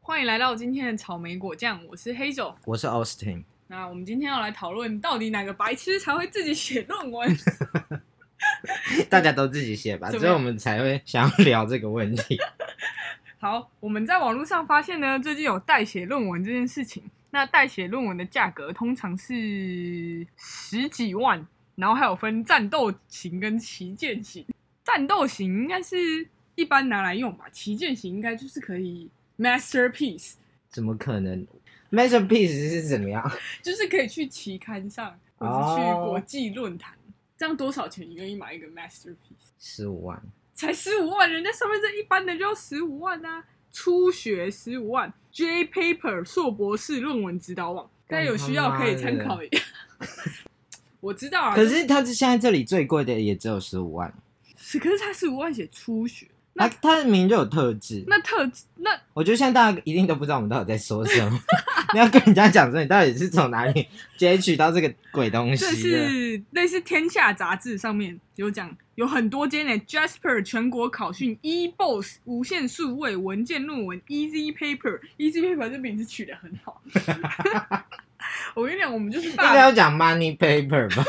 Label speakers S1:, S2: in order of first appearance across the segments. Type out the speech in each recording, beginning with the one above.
S1: 欢迎来到今天的草莓果酱，我是黑手。
S2: 我是 Austin，
S1: 那我们今天要来讨论，到底哪个白痴才会自己写论文？
S2: 大家都自己写吧，
S1: 怎么
S2: 所以我们才会想要聊这个问 题。
S1: 好，我们在网络上发现呢，最近有代写论文这件事情。那代写论文的价格通常是十几万，然后还有分战斗型跟旗舰型。战斗型应该是一般拿来用吧，旗舰型应该就是可以 masterpiece，
S2: 怎么可能？Masterpiece 是怎么样？
S1: 就是可以去期刊上或者去国际论坛。这样多少钱你愿意买一个 masterpiece？
S2: 十五万，
S1: 才十五万，人家上面这一般的就要十五万啊，初学十五万，J Paper 硕博士论文指导网，大家有需要可以参考一下。 我知道啊，
S2: 可是他现在这里最贵的也只有十五万，
S1: 是可是他十五万写初学，那
S2: 那他的名就有特质。
S1: 那特那
S2: 我觉得现在大家一定都不知道我们到底在说什么。 你要跟人家讲说你到底是从哪里截取到这个鬼东
S1: 这
S2: 西的？
S1: 是类似《天下》杂志上面有讲，有很多间呢，Jasper 全国考训、eBoss 无限数位文件论文、Easy，E Paper，Easy Paper 这名字取得很好。 我跟你讲，我们就是
S2: 应
S1: 爸
S2: 该要讲 money paper 吧？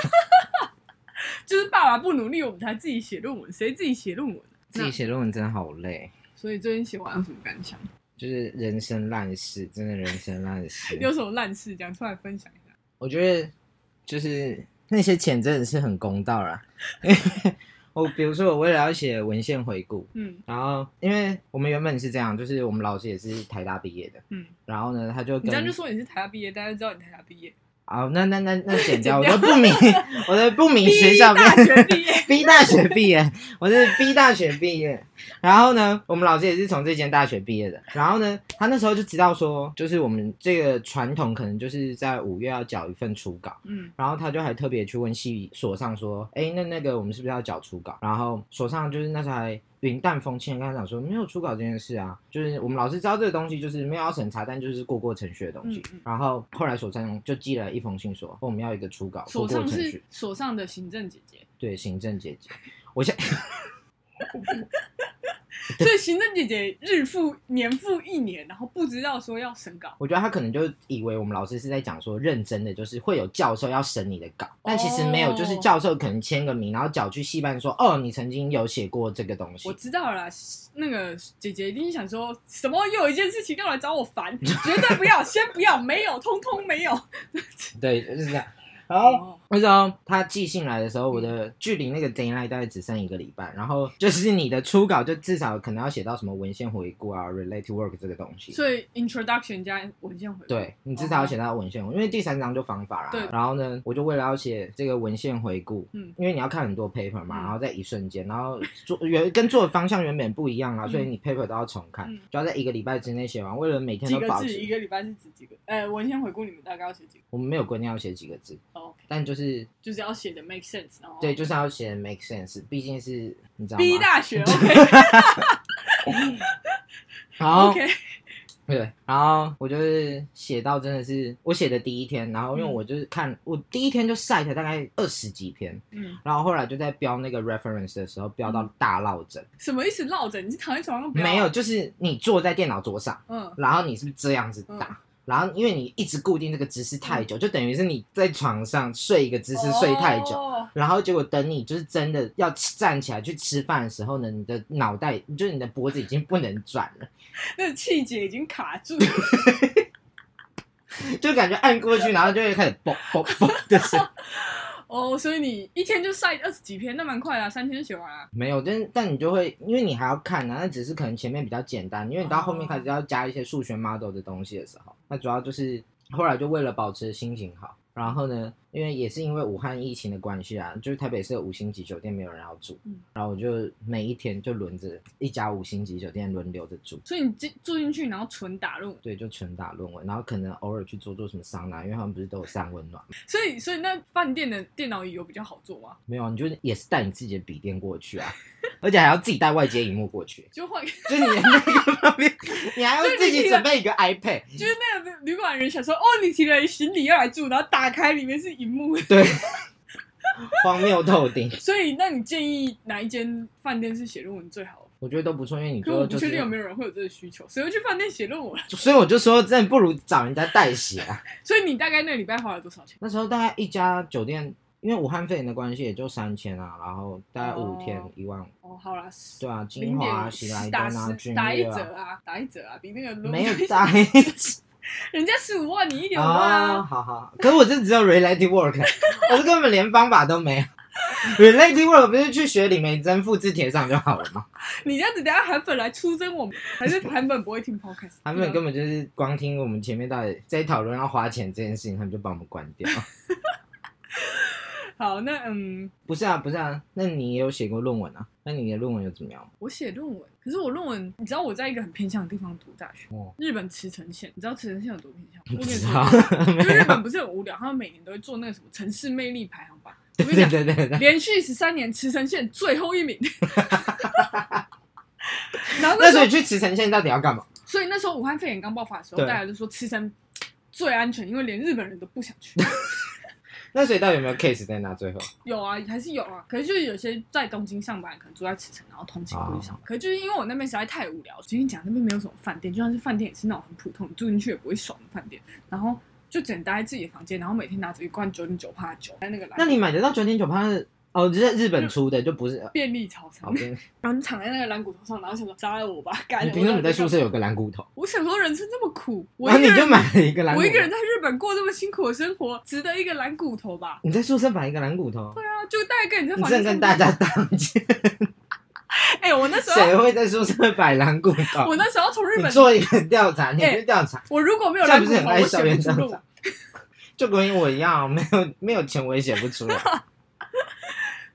S1: 就是爸爸不努力，我们才自己写论文，谁自己写论文、啊？
S2: 自己写论文真的好累，
S1: 所以最近写完有什么感想？
S2: 就是人生烂事，真的人生烂事。
S1: 有什么烂事讲出来分享一下？
S2: 我觉得就是那些钱真的是很公道啦。 因为我比如说，我为了要写文献回顾，
S1: 嗯
S2: 然后因为我们原本是这样，就是我们老师也是台大毕业的，
S1: 嗯，
S2: 然后呢，他就
S1: 你
S2: 跟
S1: 这样就说你是台大毕业，大家就知道你台大毕业，
S2: 哦，那那那那 剪掉，我
S1: 剪掉
S2: 都不明， 我都不明学校
S1: 大学毕业。
S2: B 大学毕业， 我是 B 大学毕业。然后呢，我们老师也是从这间大学毕业的。然后呢，他那时候就知道说，就是我们这个传统可能就是在五月要缴一份初稿。
S1: 嗯
S2: 然后他就还特别去问系所上说，哎，那那个我们是不是要缴初稿？然后所上就是那时候还云淡风轻的跟他讲说，没有初稿这件事啊，就是我们老师知道这个东西就是没有要审查，但就是过过程序的东西。
S1: 嗯嗯
S2: 然后后来所上就寄了一封信说，哦我们要一个初稿，过
S1: 所
S2: 过
S1: 上
S2: 程序
S1: 是。所上的行政姐姐，
S2: 对，行政姐姐，我现，
S1: 所以行政姐姐日复年复一年，然后不知道说要审稿
S2: 我觉得他可能就以为我们老师是在讲说认真的，就是会有教授要审你的稿，但其实没有，
S1: 哦
S2: 就是教授可能签个名，然后缴去戏办说，哦，你曾经有写过这个东西
S1: 我。知道了啦。那个姐姐一定想说什么，又有一件事情要来找我 烦，绝对不要，先不要，没有，通通没有。
S2: 对，就是这样。然后
S1: 哦，
S2: 那时候他寄信来的时候，我的距离那个 deadline 大概只剩一个礼拜，然后就是你的初稿就至少可能要写到什么文献回顾啊、relate to work 这个东西。
S1: 所以 introduction 加文件回顾。
S2: 对你至少要写到文献，因为第三章就方法啦。
S1: 对
S2: 然后呢，我就为了要写这个文献回顾，
S1: 嗯
S2: 因为你要看很多 paper 嘛，
S1: 嗯
S2: 然后在一瞬间，然后做原跟做的方向原本不一样啊，
S1: 嗯
S2: 所以你 paper 都要重看，
S1: 嗯
S2: 就要在一个礼拜之内写完。为了每天
S1: 几
S2: 都
S1: 个
S2: 保
S1: 字一
S2: 持，
S1: 个礼拜是指几个？呃，文献回顾你们大概要写几个
S2: 我们没有规定要写几个字，
S1: 哦？OK，
S2: 但就是
S1: 就是要写的 make sense，然后
S2: 对，就是要写 make sense，毕竟是你知道
S1: B
S2: 吗？
S1: 大 学 OK
S2: 然后
S1: OK，
S2: 对，然后我就是写到真的是我写的第一天，然后因为
S1: 嗯
S2: 我就是看、我第一天就 cite 大概二十几篇。
S1: 嗯，
S2: 然后后来就在标那个 reference 的时候标到大落枕，
S1: 什么意思？落枕？你是躺在床上不要
S2: 没有，？啊就是你坐在电脑桌上，
S1: 嗯，
S2: 然后你是不是这样子打？然后因为你一直固定这个姿势太久，就等于是你在床上睡一个姿势睡太久。
S1: 哦
S2: 然后结果等你就是真的要起站起来去吃饭的时候呢，你的脑袋就是你的脖子已经不能转了，
S1: 那气节已经卡住，
S2: 就感觉按过去，然后就会开始嘣嘣嘣的声音。
S1: 哦，所以你一天就晒二十几篇，那蛮快的啊，三天就写完啊。
S2: 没有，但是但你就会，因为你还要看啊，那只是可能前面比较简单，因为你到后面开始要加一些数学 model 的东西的时候，那主要就是后来就为了保持心情好，然后呢，因为也是因为武汉疫情的关系啊，就是台北市有五星级酒店没有人要住，
S1: 嗯
S2: 然后我就每一天就轮着一家五星级酒店轮流着住。
S1: 所以你进住进去，然后纯打论文，
S2: 对，就纯打论文，然后可能偶尔去做做什么桑拿，因为他们不是都有三温暖吗，
S1: 所以所以那饭店的电脑椅有比较好做吗？
S2: 没有，你就也是带你自己的笔电过去啊，而且还要自己带外接荧幕过去，
S1: 就换，
S2: 就你的那个旁边， 你还要自己准备一个 iPad，
S1: 就是那个旅馆人想说，哦，你提了行李要来住，然后打开里面是荧幕，
S2: 对，荒谬透顶。
S1: 所以，那你建议哪一间饭店是写论文最好的？
S2: 我觉得都不错，因为你
S1: 可
S2: 最后
S1: 我不
S2: 就
S1: 确定有没
S2: 是，
S1: 有人会有这个需求，谁会去饭店写论文？
S2: 所以我就说，真的不如找人家代写啊。
S1: 所以你大概那个礼拜花了多少钱？
S2: 那时候大概一家酒店，因为武汉肺炎的关系，也就三千啊，然后大概五天
S1: 哦
S2: 一万五，
S1: 哦，好啦，
S2: 对啊，
S1: 零
S2: 金华啊、
S1: 点
S2: 喜来
S1: 打
S2: 登啊、
S1: 十
S2: 君
S1: 打一
S2: 悦
S1: 折
S2: 啊，
S1: 啊，打一折啊，比那个伦
S2: 没有
S1: 敦
S2: 打一折
S1: 人家十五万，你一点五万
S2: 啊，
S1: 啊。
S2: 好好，可是我这只有 related work，我啊这根本连方法都没有。related work 不是去学李梅珍复制贴上就好了吗？
S1: 你这样子，等一下韩粉来出征我们，还是韩粉不会听 podcast？
S2: 他们根本就是光听我们前面到底在讨论要花钱这件事情，他们就把我们关 掉。
S1: 好，那嗯，
S2: 不是啊，不是啊，那你也有写过论文啊？那你的论文又怎么样？
S1: 我写论文，可是我论文，你知道我在一个很偏向的地方读大学，
S2: 哦
S1: 日本茨城县，你知道茨城县有多偏向吗？
S2: 不
S1: 我跟你
S2: 知
S1: 说
S2: 道，
S1: 就日本不是很无聊，他们每年都会做那个什么城市魅力排行榜。我
S2: 对
S1: 跟你讲，
S2: 对对对。
S1: 连续十三年茨城县最后一名。 然后 那
S2: 那
S1: 时
S2: 所
S1: 候
S2: 以，去慈城县到底要干嘛？
S1: 所以那时候武汉肺炎刚爆发的时候，
S2: 对
S1: 大家就说茨城最安全，因为连日本人都不想去。
S2: 那所以到底有没有 case 在那最后？
S1: 有啊，还是有啊，可是就是有些在东京上班，可能住在茨城，然后通勤过去
S2: 啊
S1: 上班。可是就是因为我那边实在太无聊，我跟你讲那边没有什么饭店，就算是饭店也是那种很普通，你住进去也不会爽的饭店。然后就只能待在自己的房间，然后每天拿着一罐九点九帕的酒，在那个
S2: 那
S1: 篮
S2: 你买得到九点九趴的？哦，日日本出的就 不是。呃
S1: 便利超商
S2: 好，，边
S1: 然后你躺在那个蓝骨头上，然后想说杀了我吧，干
S2: 哦你
S1: 了。
S2: 凭什么在宿舍
S1: 我到底干嘛？
S2: 有个蓝骨头？
S1: 我想说人生这么苦，我
S2: 然后
S1: 一
S2: 你
S1: 个
S2: 就
S1: 人，
S2: 买了一个蓝骨
S1: 我
S2: 头。
S1: 一个人在日本过这么辛苦的生活，值得一个蓝骨头吧？
S2: 你在宿舍买一个蓝骨头？
S1: 对啊，就大概跟你在
S2: 你
S1: 房
S2: 真
S1: 间
S2: 的
S1: 差不多
S2: 跟大家当街，
S1: 哎、我那时候
S2: 谁会在宿舍摆蓝骨头？
S1: 我那时哎候从日
S2: 你
S1: 本
S2: 做一个调查，你去调查，
S1: 我如果没有
S2: 这样
S1: 蓝
S2: 不
S1: 骨
S2: 是很
S1: 头，
S2: 爱
S1: 我
S2: 校
S1: 写
S2: 园
S1: 不出
S2: 章
S1: 论文。
S2: 就跟我一样，没有没有钱我也写不出来。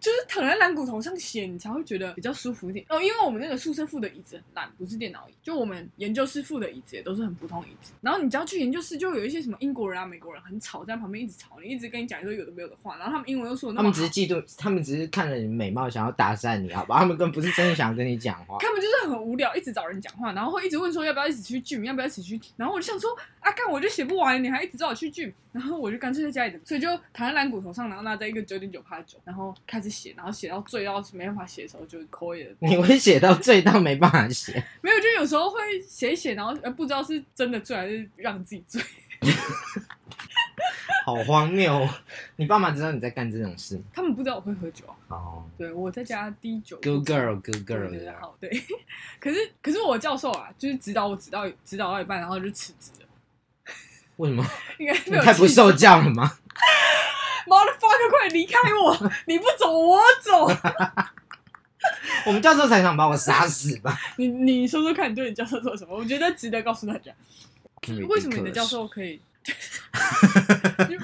S1: 就是躺在蓝骨头上写，你才会觉得比较舒服一点。哦，因为我们那个宿舍附的椅子很烂，不是电脑椅，就我们研究室附的椅子也都是很普通的椅子。然后你只要去研究室，就有一些什么英国人啊、美国人很吵，在旁边一直吵你，一直跟你讲一堆有的没有的话，然后他们英文又说的那
S2: 他
S1: 么
S2: 们
S1: 好
S2: 只是嫉妒，他们只是看了你美貌想要搭讪你，好吧？他们根本不是真的想跟你讲话。
S1: 他们就是很无聊，一直找人讲话，然后会一直问说要不要一起去 gym，要不要一起去。然后我就想说，啊，干我就写不完，你还一直找我去 gym，然后我就干脆在家里等，所以就躺在蓝骨头上，然后拿着一个九点九趴的酒，然后开始写，然后写到醉到没办法写的时候就可以 了。
S2: 你会写到醉到没办法写，
S1: 没有，就有时候会写一写，然后呃不知道是真的醉还是让自己醉。
S2: 好荒谬哦！你爸妈知道你在干这种事吗？
S1: 他们不知道我会喝酒啊，
S2: 哦
S1: 对我在家滴酒不
S2: ，Good
S1: 沾对
S2: girl，Good girl，
S1: 对对
S2: 这样
S1: 好对。 可是可是我教授啊，就是指导我指导指导到一半，然后就辞职了，
S2: 为什么？
S1: 应该
S2: 你
S1: 没有
S2: 太不
S1: 气质
S2: 受教了吗？
S1: motherfucker，快离开我！ 你不走，我走。
S2: 我们教授才想把我杀死吧？
S1: 你你说说看，你对你教授做什么？我觉得值得告诉大家，为什么你的教？授可以？为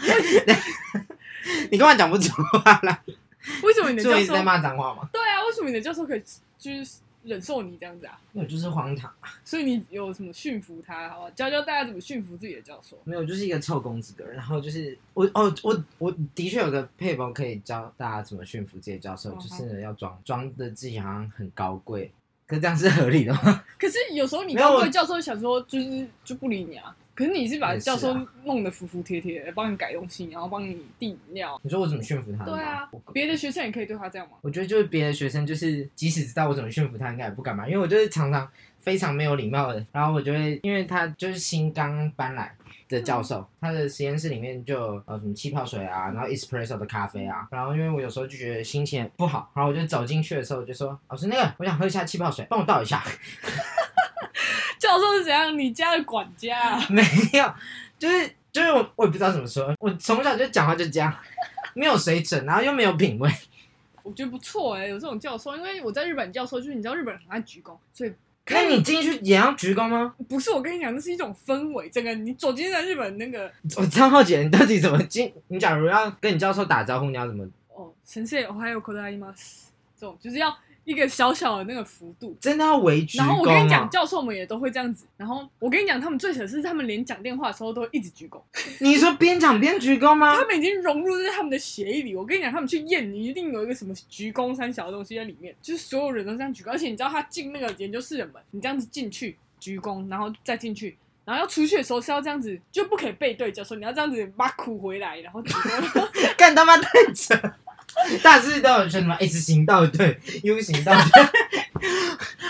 S2: 你干嘛讲不出话来？
S1: 为什么你的
S2: 所以我
S1: 教
S2: 一直
S1: 授
S2: 在？骂脏话吗？
S1: 对啊，为什么你的教授可以就是忍受你这样子啊？
S2: 没有，就是荒唐，
S1: 所以你有什么驯服他？好啊吧，教教大家怎么驯服自己的教授。
S2: 没有，就是一个臭公子哥。然后就是我，哦，我我的确有个配方可以教大家怎么驯服自己的教授，
S1: 嗯哼
S2: 就是呢要装装的自己好像很高贵，可是这样是合理的吗？
S1: 可是有时候你
S2: 没有
S1: 高
S2: 我
S1: 贵教授想说，就是就不理你啊。可是你是把
S2: 也是
S1: 教授
S2: 啊
S1: 弄得服服帖帖的，帮你改东西，然后帮你递饮料。
S2: 你说我怎么驯服他？
S1: 对啊，别的学生也可以对他这样吗？
S2: 我觉得就是别的学生，就是即使知道我怎么驯服他，应该也不敢吧，因为我就是常常非常没有礼貌的。然后我就会，因为他就是新刚搬来的教授，他的实验室里面就有呃什么气泡水啊，然后 espresso 的咖啡啊。然后因为我有时候就觉得心情不好，然后我就走进去的时候我就说：“老师，那个我想喝一下气泡水，帮我倒一下。
S1: 教授是怎样？你家的管家、啊？”
S2: 没有，就是就是我我也不知道怎么说，我从小就讲话就这样，没有水准，然后又没有品味。
S1: 我觉得不错哎、有这种教授，因为我在日本教授就是你知道日本人很爱鞠躬，所以
S2: 那你进去也要鞠躬吗？
S1: 不是我跟你讲，那是一种氛围。整个你走进在日本那个
S2: 我张浩姐，你到底怎么进？你假如要跟你教授打招呼，你要怎么？
S1: 哦，神社我还有口袋姨妈这种，就是要一个小小的那个幅度。
S2: 真的要围鞠躬、
S1: 然
S2: 啊？
S1: 后我跟你讲，教授们也都会这样子。然后我跟你讲，他们最扯的是，他们连讲电话的时候都会一直鞠躬，
S2: 你说边讲边鞠躬吗
S1: 他？们已经融入在他们的协议里。我跟你讲，他们去验，你一定有一个什么鞠躬三小的东西在里面，就是所有人都这样鞠躬。而且你知道，他进那个研究室的门，你这样子进去鞠躬，然后再进去，然后要出去的时候是要这样子，就不可以背对教授，你要这样子把苦回来，然后鞠躬。
S2: 干他妈太扯！大致都有什么 S 型道对 U 型道对，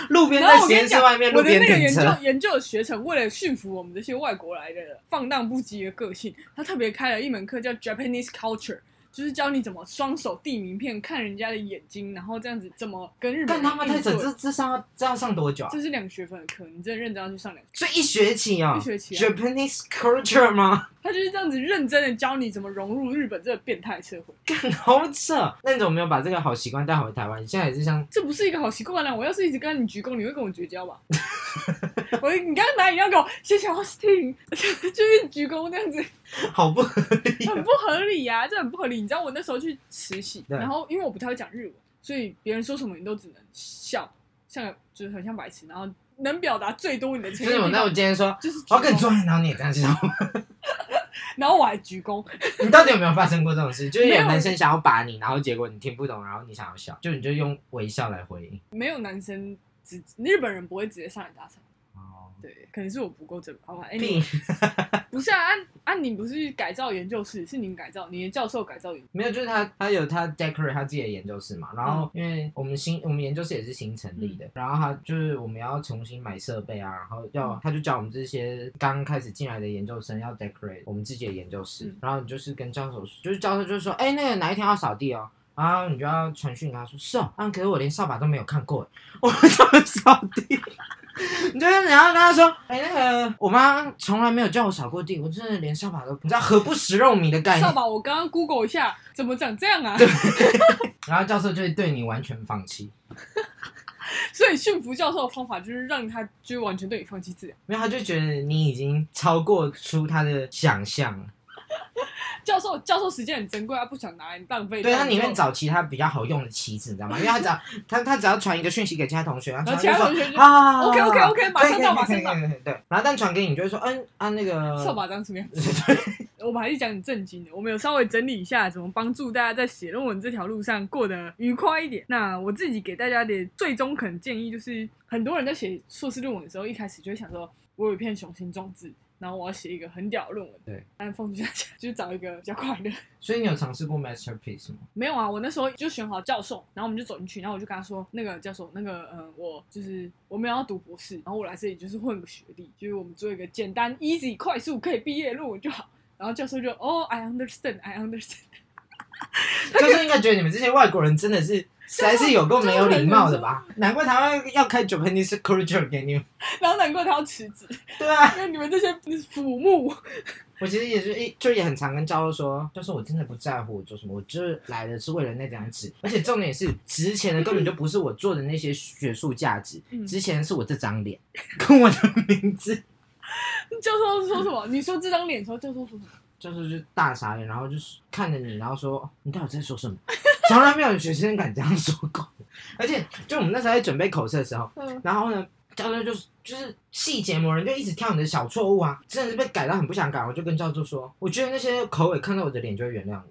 S2: 路边在实验室外面
S1: 我
S2: 路
S1: 的
S2: 边
S1: 那个
S2: 等
S1: 研究
S2: 车，
S1: 研究的学程，为了驯服我们这些外国来的放荡不羁的个性，他特别开了一门课叫 Japanese Culture，就是教你怎么双手递名片，看人家的眼睛，然后这样子怎么跟日本
S2: 但
S1: 人
S2: 他们太
S1: 应对
S2: 扯，这这上要这要上多久啊？
S1: 这是两学分的课，你真的认真要去上两，
S2: 所以一学期哦
S1: 一学期啊
S2: j a p a n e s e culture 吗？
S1: 他就是这样子认真的教你怎么融入日本这个变态社会。
S2: 好扯！那你怎么没有把这个好习惯带回台湾？你现在也是像
S1: 这不是一个好习惯啦！啊我要是一直跟你鞠躬，你会跟我绝交 吧？我你刚刚拿饮料给我，谢谢 Austin，就是 鞠躬那 样子，
S2: 好不合理
S1: 很不合理呀、这很不合理。你知道我那时候去实习，
S2: 对
S1: 然后因为我不太会讲日文，所以别人说什么你都只能笑，像个就是很像白痴，然后能表达最多你的
S2: 就
S1: 情绪
S2: 是我，那我今天说
S1: 就是鞠
S2: 我要跟你
S1: 躬，
S2: 做爱，然后你也这样笑，
S1: 然后我还鞠躬，
S2: 你到底有没有发生过这种事？就是
S1: 没
S2: 有
S1: 有
S2: 男生想要把你，然后结果你听不懂，然后你想要笑，就你就用微笑来回应。
S1: 没有男生直日本人不会直接上来搭讪，
S2: 哦，
S1: 对，可能是我不够正，好吧？哎、
S2: 屁，
S1: 不是啊，按、按你不是改造研究室，是你们改造，你的教授改造研究
S2: 没有，就是他，他有他 decorate 他自己的研究室嘛，然后
S1: 嗯
S2: 因为我们新我们研究室也是新成立的，然后他就是我们要重新买设备啊，然后要
S1: 嗯
S2: 他就叫我们这些刚开始进来的研究生要 decorate 我们自己的研究室
S1: 嗯，
S2: 然后你就是跟教授说，就是教授就说，哎，那个哪一天要扫地哦。然后你就要传讯给他说是哦，啊，可是我连扫把都没有看过， 我怎么扫地？ 你就是然后跟他说，哎、那个我妈从来没有叫我扫过地，我真的连扫把都不，你知道何不食肉糜的概念
S1: 扫。把，我刚刚 Google 一下，怎么长这样啊？
S2: 然后教授就会对你完全放弃，
S1: 所以驯服教授的方法就是让他就是完全对你放弃治疗。
S2: 因为他就觉得你已经超过出他的想象了。
S1: 教授教授时间很珍贵，他不想拿来浪费。
S2: 对他
S1: 那你
S2: 宁
S1: 就
S2: 愿，找其他比较好用的棋子，你知道吗？因为他只要他他只要传一个讯息给其他同学，然后
S1: 然后
S2: 传
S1: 其他
S2: 就
S1: 同
S2: 说
S1: 学就
S2: 啊
S1: OK OK OK，马上到，马
S2: 可以可以可以
S1: 上到
S2: 可。以可以对，然后但传给你就会说嗯啊那个
S1: 扫把长什么样子？ 我们还是讲很正经的。我们有稍微整理一下，怎么帮助大家在写论文这条路上过得愉快一点。那我自己给大家的最中肯建议就是，很多人在写硕士论文的时候，一开始就会想说，我有一片雄心壮志，然后我要写一个很屌的论文。
S2: 对，
S1: 但放弃下去就是找一个比较快乐。
S2: 所以你有尝试过 masterpiece 吗？
S1: 没有啊，我那时候就选好教授，然后我们就走进去，然后我就跟他说，那个教授，那个呃，我就是我没有要读博士，然后我来这里就是混个学历，就是我们做一个简单、easy、快速可以毕业的论文就好。然后教授就哦、i understand, I understand，
S2: 就是应该觉得你们这些外国人真的是实在是有够没有礼貌的吧？
S1: 啊
S2: 难怪他们要开 Japanese culture 给你们。
S1: 然后难怪他要辞职，
S2: 对啊，
S1: 因为你们这些腐木。
S2: 我其实也是一就也很常跟教授说，教授我真的不在乎我做什么，我就是来的是为了那张纸，而且重点是值钱的根本就不是我做的那些学术价值，
S1: 嗯
S2: 值钱的是我这张脸 跟我的名字。
S1: 教授说什么？你说这张脸的时候，教授说什么？
S2: 教授就大傻眼，然后就是看着你，然后说哦你到底在说什么？ 从来没有学生敢这样说过，而且就我们那时候在准备口试的时候，
S1: 嗯，
S2: 然后呢，教授就是就是细节磨人，就一直挑你的小错误啊，真的是被改到很不想改。我就跟教授说，我觉得那些口尾看到我的脸就会原谅我。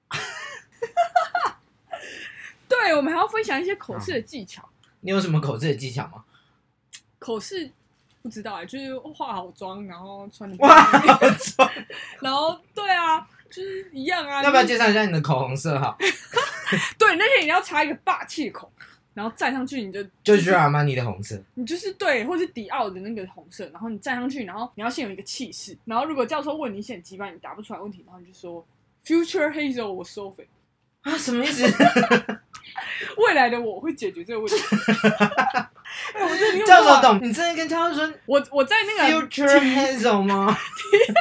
S1: 对，我们还要分享一些口试
S2: 嗯
S1: 的技巧。
S2: 你有什么口字的技巧 吗？
S1: 口试不知道啊，就是化好妆，然后穿的，
S2: 哇，好丑！
S1: 然后对啊，就是一样啊。
S2: 要不要
S1: 就是
S2: 介绍一下你的口红色 号？
S1: 对，那天你要插一个霸气口，然后站上去你就
S2: 就是阿玛尼的红色。
S1: 你就是对，或是迪奥的那个红色，然后你站上去，然后你要先有一个气势，然后如果教授问你一些很鸡巴你答不出来问题，然后你就说 Future Hazel 我 solve，it
S2: 啊，什么 意思？
S1: 未来的我会解决这个问题。哎，我这里
S2: 教授懂？你真的跟教授说
S1: 我我在那个
S2: future hazel 吗？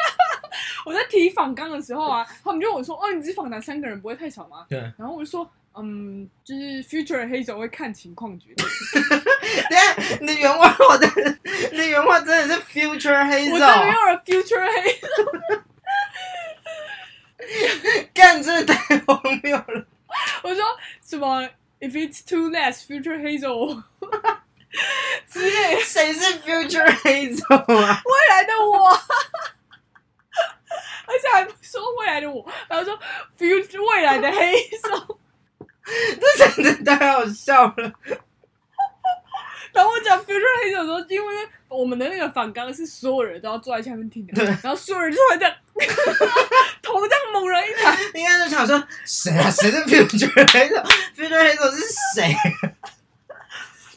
S1: 我在提访纲的时候啊，他们就问我说：“哦，你只访谈三个人不会太少吗
S2: 对，？”
S1: 然后我就说：“嗯，就是 Future Hazel 会看情况决定。”
S2: 等一下你的原话，我的，你的原话真的是 future
S1: 我这没
S2: hazel，
S1: 有了 Future Hazel，
S2: 干这太荒 谬了。
S1: 我说什么 If it's too late, Future Hazel 之类的
S2: 谁是 future hazel 啊？
S1: 未来的我， 而且还不说未来的我，然后说 Future 未来的黑手，
S2: 这真的太好笑了。
S1: 然后我讲 Future 黑手的时候，因为我们的那个反纲是所有人都要坐在下面听的，然后所有人就会这样 头这样猛人一台，
S2: 应该就想说谁 啊？谁是 future hazel？future hazel 是谁？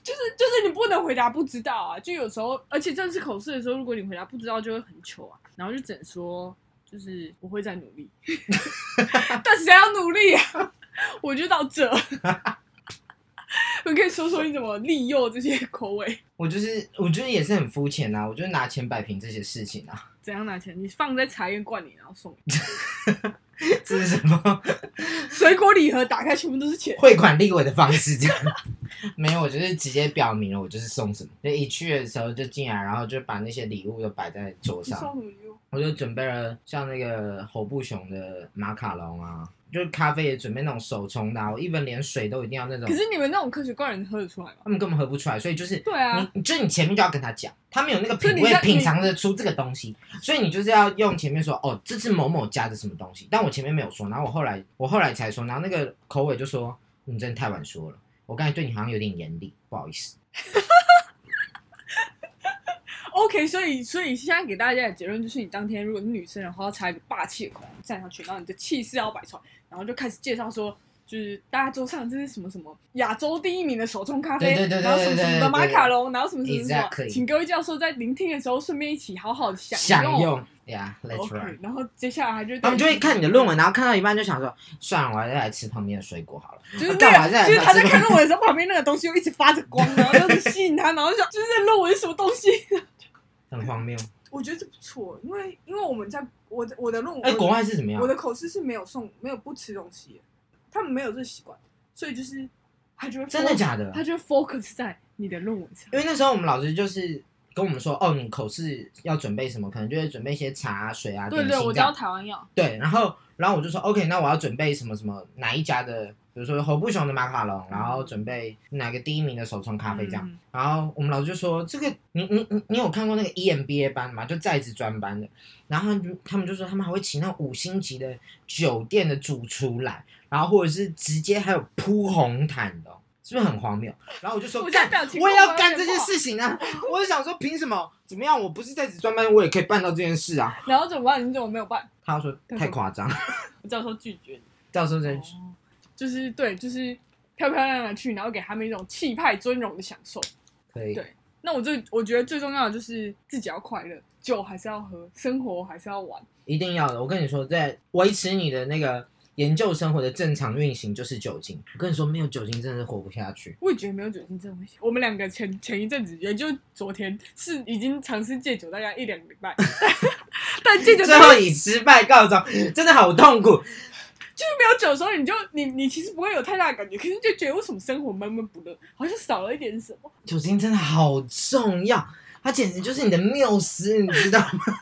S1: 就是就是你不能回答不知道啊，就有时候，而且正式口试的时候，如果你回答不知道，就会很糗啊，然后就只能说就是我会再努力， 但谁要努力啊？ 我就到这。 我可以说说你怎么利诱这些口味？
S2: 我就是我觉得也是很肤浅啊，我就是拿钱摆平这些事情啊，
S1: 怎样拿钱？你放在茶叶罐里，然后送
S2: 这是什么
S1: 水果礼盒，打开全部都是钱。
S2: 汇款立委的方式这样？ 没有，我就是直接表明了，我就是送什么。就一去的时候就进来，然后就把那些礼物都摆在桌
S1: 你送
S2: 上
S1: 什，么礼物？
S2: 我就准备了像那个猴布熊的马卡龙啊，就是咖啡也准备那种手冲的、啊，我一般连水都一定要那种
S1: 可，是你们那种科学怪人喝得出来吗？
S2: 他们根本喝不出来，所以就是
S1: 对啊，
S2: 你就你前面就要跟他讲，他们有那个
S1: 所以
S2: 品
S1: 你
S2: 味
S1: 在
S2: 品尝得出这个东西，所以你就是要用前面说哦，这是某某家的什么东西，但我前面没有说，然后我后来我后来才说，然后那个口尾就说你真的太晚说了，我刚才对你好像有点严厉，不好意思。
S1: OK，所以所以现在给大家的结论就是，你当天如果是女生的话，要插一个霸气的口红站上去，然后你的气势要摆出来，然后就开始介绍说，就是大家桌上这是什么什么亚洲第一名的手冲咖啡，
S2: 对对对对
S1: 然后什么什么的马卡龙，然后什么什么什么，
S2: Exactly
S1: 请各位教授在聆听的时候顺便一起好好的享
S2: 享
S1: 用。
S2: 用呀、yeah,，Let's
S1: OK，
S2: run。
S1: 然后接下来他就
S2: 他们就会看你的论文，然后看到一半就想说，算了，我还是来吃旁边的水果好了。
S1: 就是
S2: 啊干
S1: 那
S2: 嘛
S1: 个，
S2: 这样
S1: 就是他在
S2: 把这
S1: 看
S2: 个
S1: 论文的时候，旁边那个东西又一直发着光，然后就是吸引他，然后就想，就是这论文是什么东西？
S2: 很荒谬。
S1: 我觉得这不错，因为因为我们在我的我的论文，
S2: 哎、国外是怎么样
S1: 我？的口试是没有送没有不吃东西的，他们没有这个习惯，所以就是他就会 fo-
S2: 真的假的？
S1: 他就会 focus 在你的论文上
S2: 因。为那时候我们老师就是跟我们说，哦，你口试要准备什么，可能就会准备一些茶、啊、水啊、
S1: 对
S2: 点
S1: 对，我
S2: 心
S1: 知
S2: 这
S1: 道
S2: 样。
S1: 台湾要，
S2: 对，然后然后我就说，OK，那我要准备什么什么哪一家的，比如说侯布雄的马卡龙，然后准备哪个第一名的手冲咖啡这样。
S1: 嗯
S2: 然后我们老师就说，这个你你你你有看过那个 E EMBA 班吗？就在职专班的，然后他们就他们就说他们还会请那种五星级的酒店的主厨来，然后或者是直接还有铺红毯的哦、是不是很荒谬？然后我就说
S1: 我现在
S2: 干
S1: 表，情
S2: 我也
S1: 包
S2: 要
S1: 包
S2: 干
S1: 有
S2: 这
S1: 点
S2: 件
S1: 不好
S2: 事 情啊！我就想说，凭什么？怎么样？我不是在职专班，我也可以办到这件事啊！
S1: 然后怎么办？你怎么没有办？
S2: 他说
S1: 啊
S2: 太夸张，
S1: 我教授拒绝你，
S2: 到时候再
S1: 哦就是对，就是漂漂亮亮的去，然后给他们一种气派尊荣的享受。
S2: 可以
S1: 对那我最我觉得最重要的就是自己要快乐，酒还是要喝，生活还是要玩。
S2: 一定要的。我跟你说，在维持你的那个研究生活的正常运行，就是酒精。我跟你说，没有酒精真的是活不下 去。
S1: 我也觉得没有酒精这种东西。我们两个前前一阵子，也就昨天，是已经尝试戒酒大概一两个礼拜， 但戒酒
S2: 最
S1: 大
S2: 后
S1: 概
S2: 以失败告终，真的好痛苦。
S1: 就是没有酒的时候，你就你你其实不会有太大的感觉，可是你就觉得为什么生活闷闷不乐，好像少了一点什么。
S2: 酒精真的好重要，它简直就是你的缪斯，你知道吗？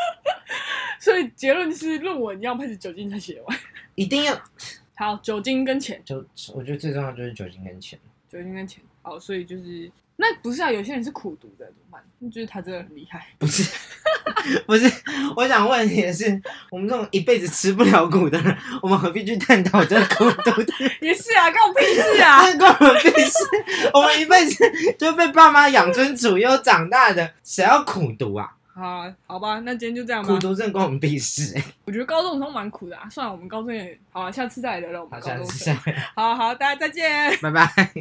S1: 所以结论是，论文要开始酒精才写得完。
S2: 一定要
S1: 好，酒精跟钱，
S2: 就我觉得最重要就是酒精跟钱。
S1: 酒精跟钱。好，所以就是那不是啊，有些人是苦读的，怎么办？就是他真的很厉害。
S2: 不是，不是，我想问你的是，我们这种一辈子吃不了苦的人，我们何必去探讨这苦读的？
S1: 也是啊，关我屁事啊！
S2: 这关我们屁事！我们一辈子就被爸妈养尊处优长大的，谁要苦读啊？
S1: 好啊，好吧，那今天就这样吧
S2: 苦。读真的关我们屁事、欸！
S1: 我觉得高中生蛮苦啊的啊，算了，我们高中也好了，下次再来聊聊我
S2: 好，
S1: 们高
S2: 下
S1: 中
S2: 次
S1: 生
S2: 下。回，
S1: 好好，大家再见。
S2: 拜拜。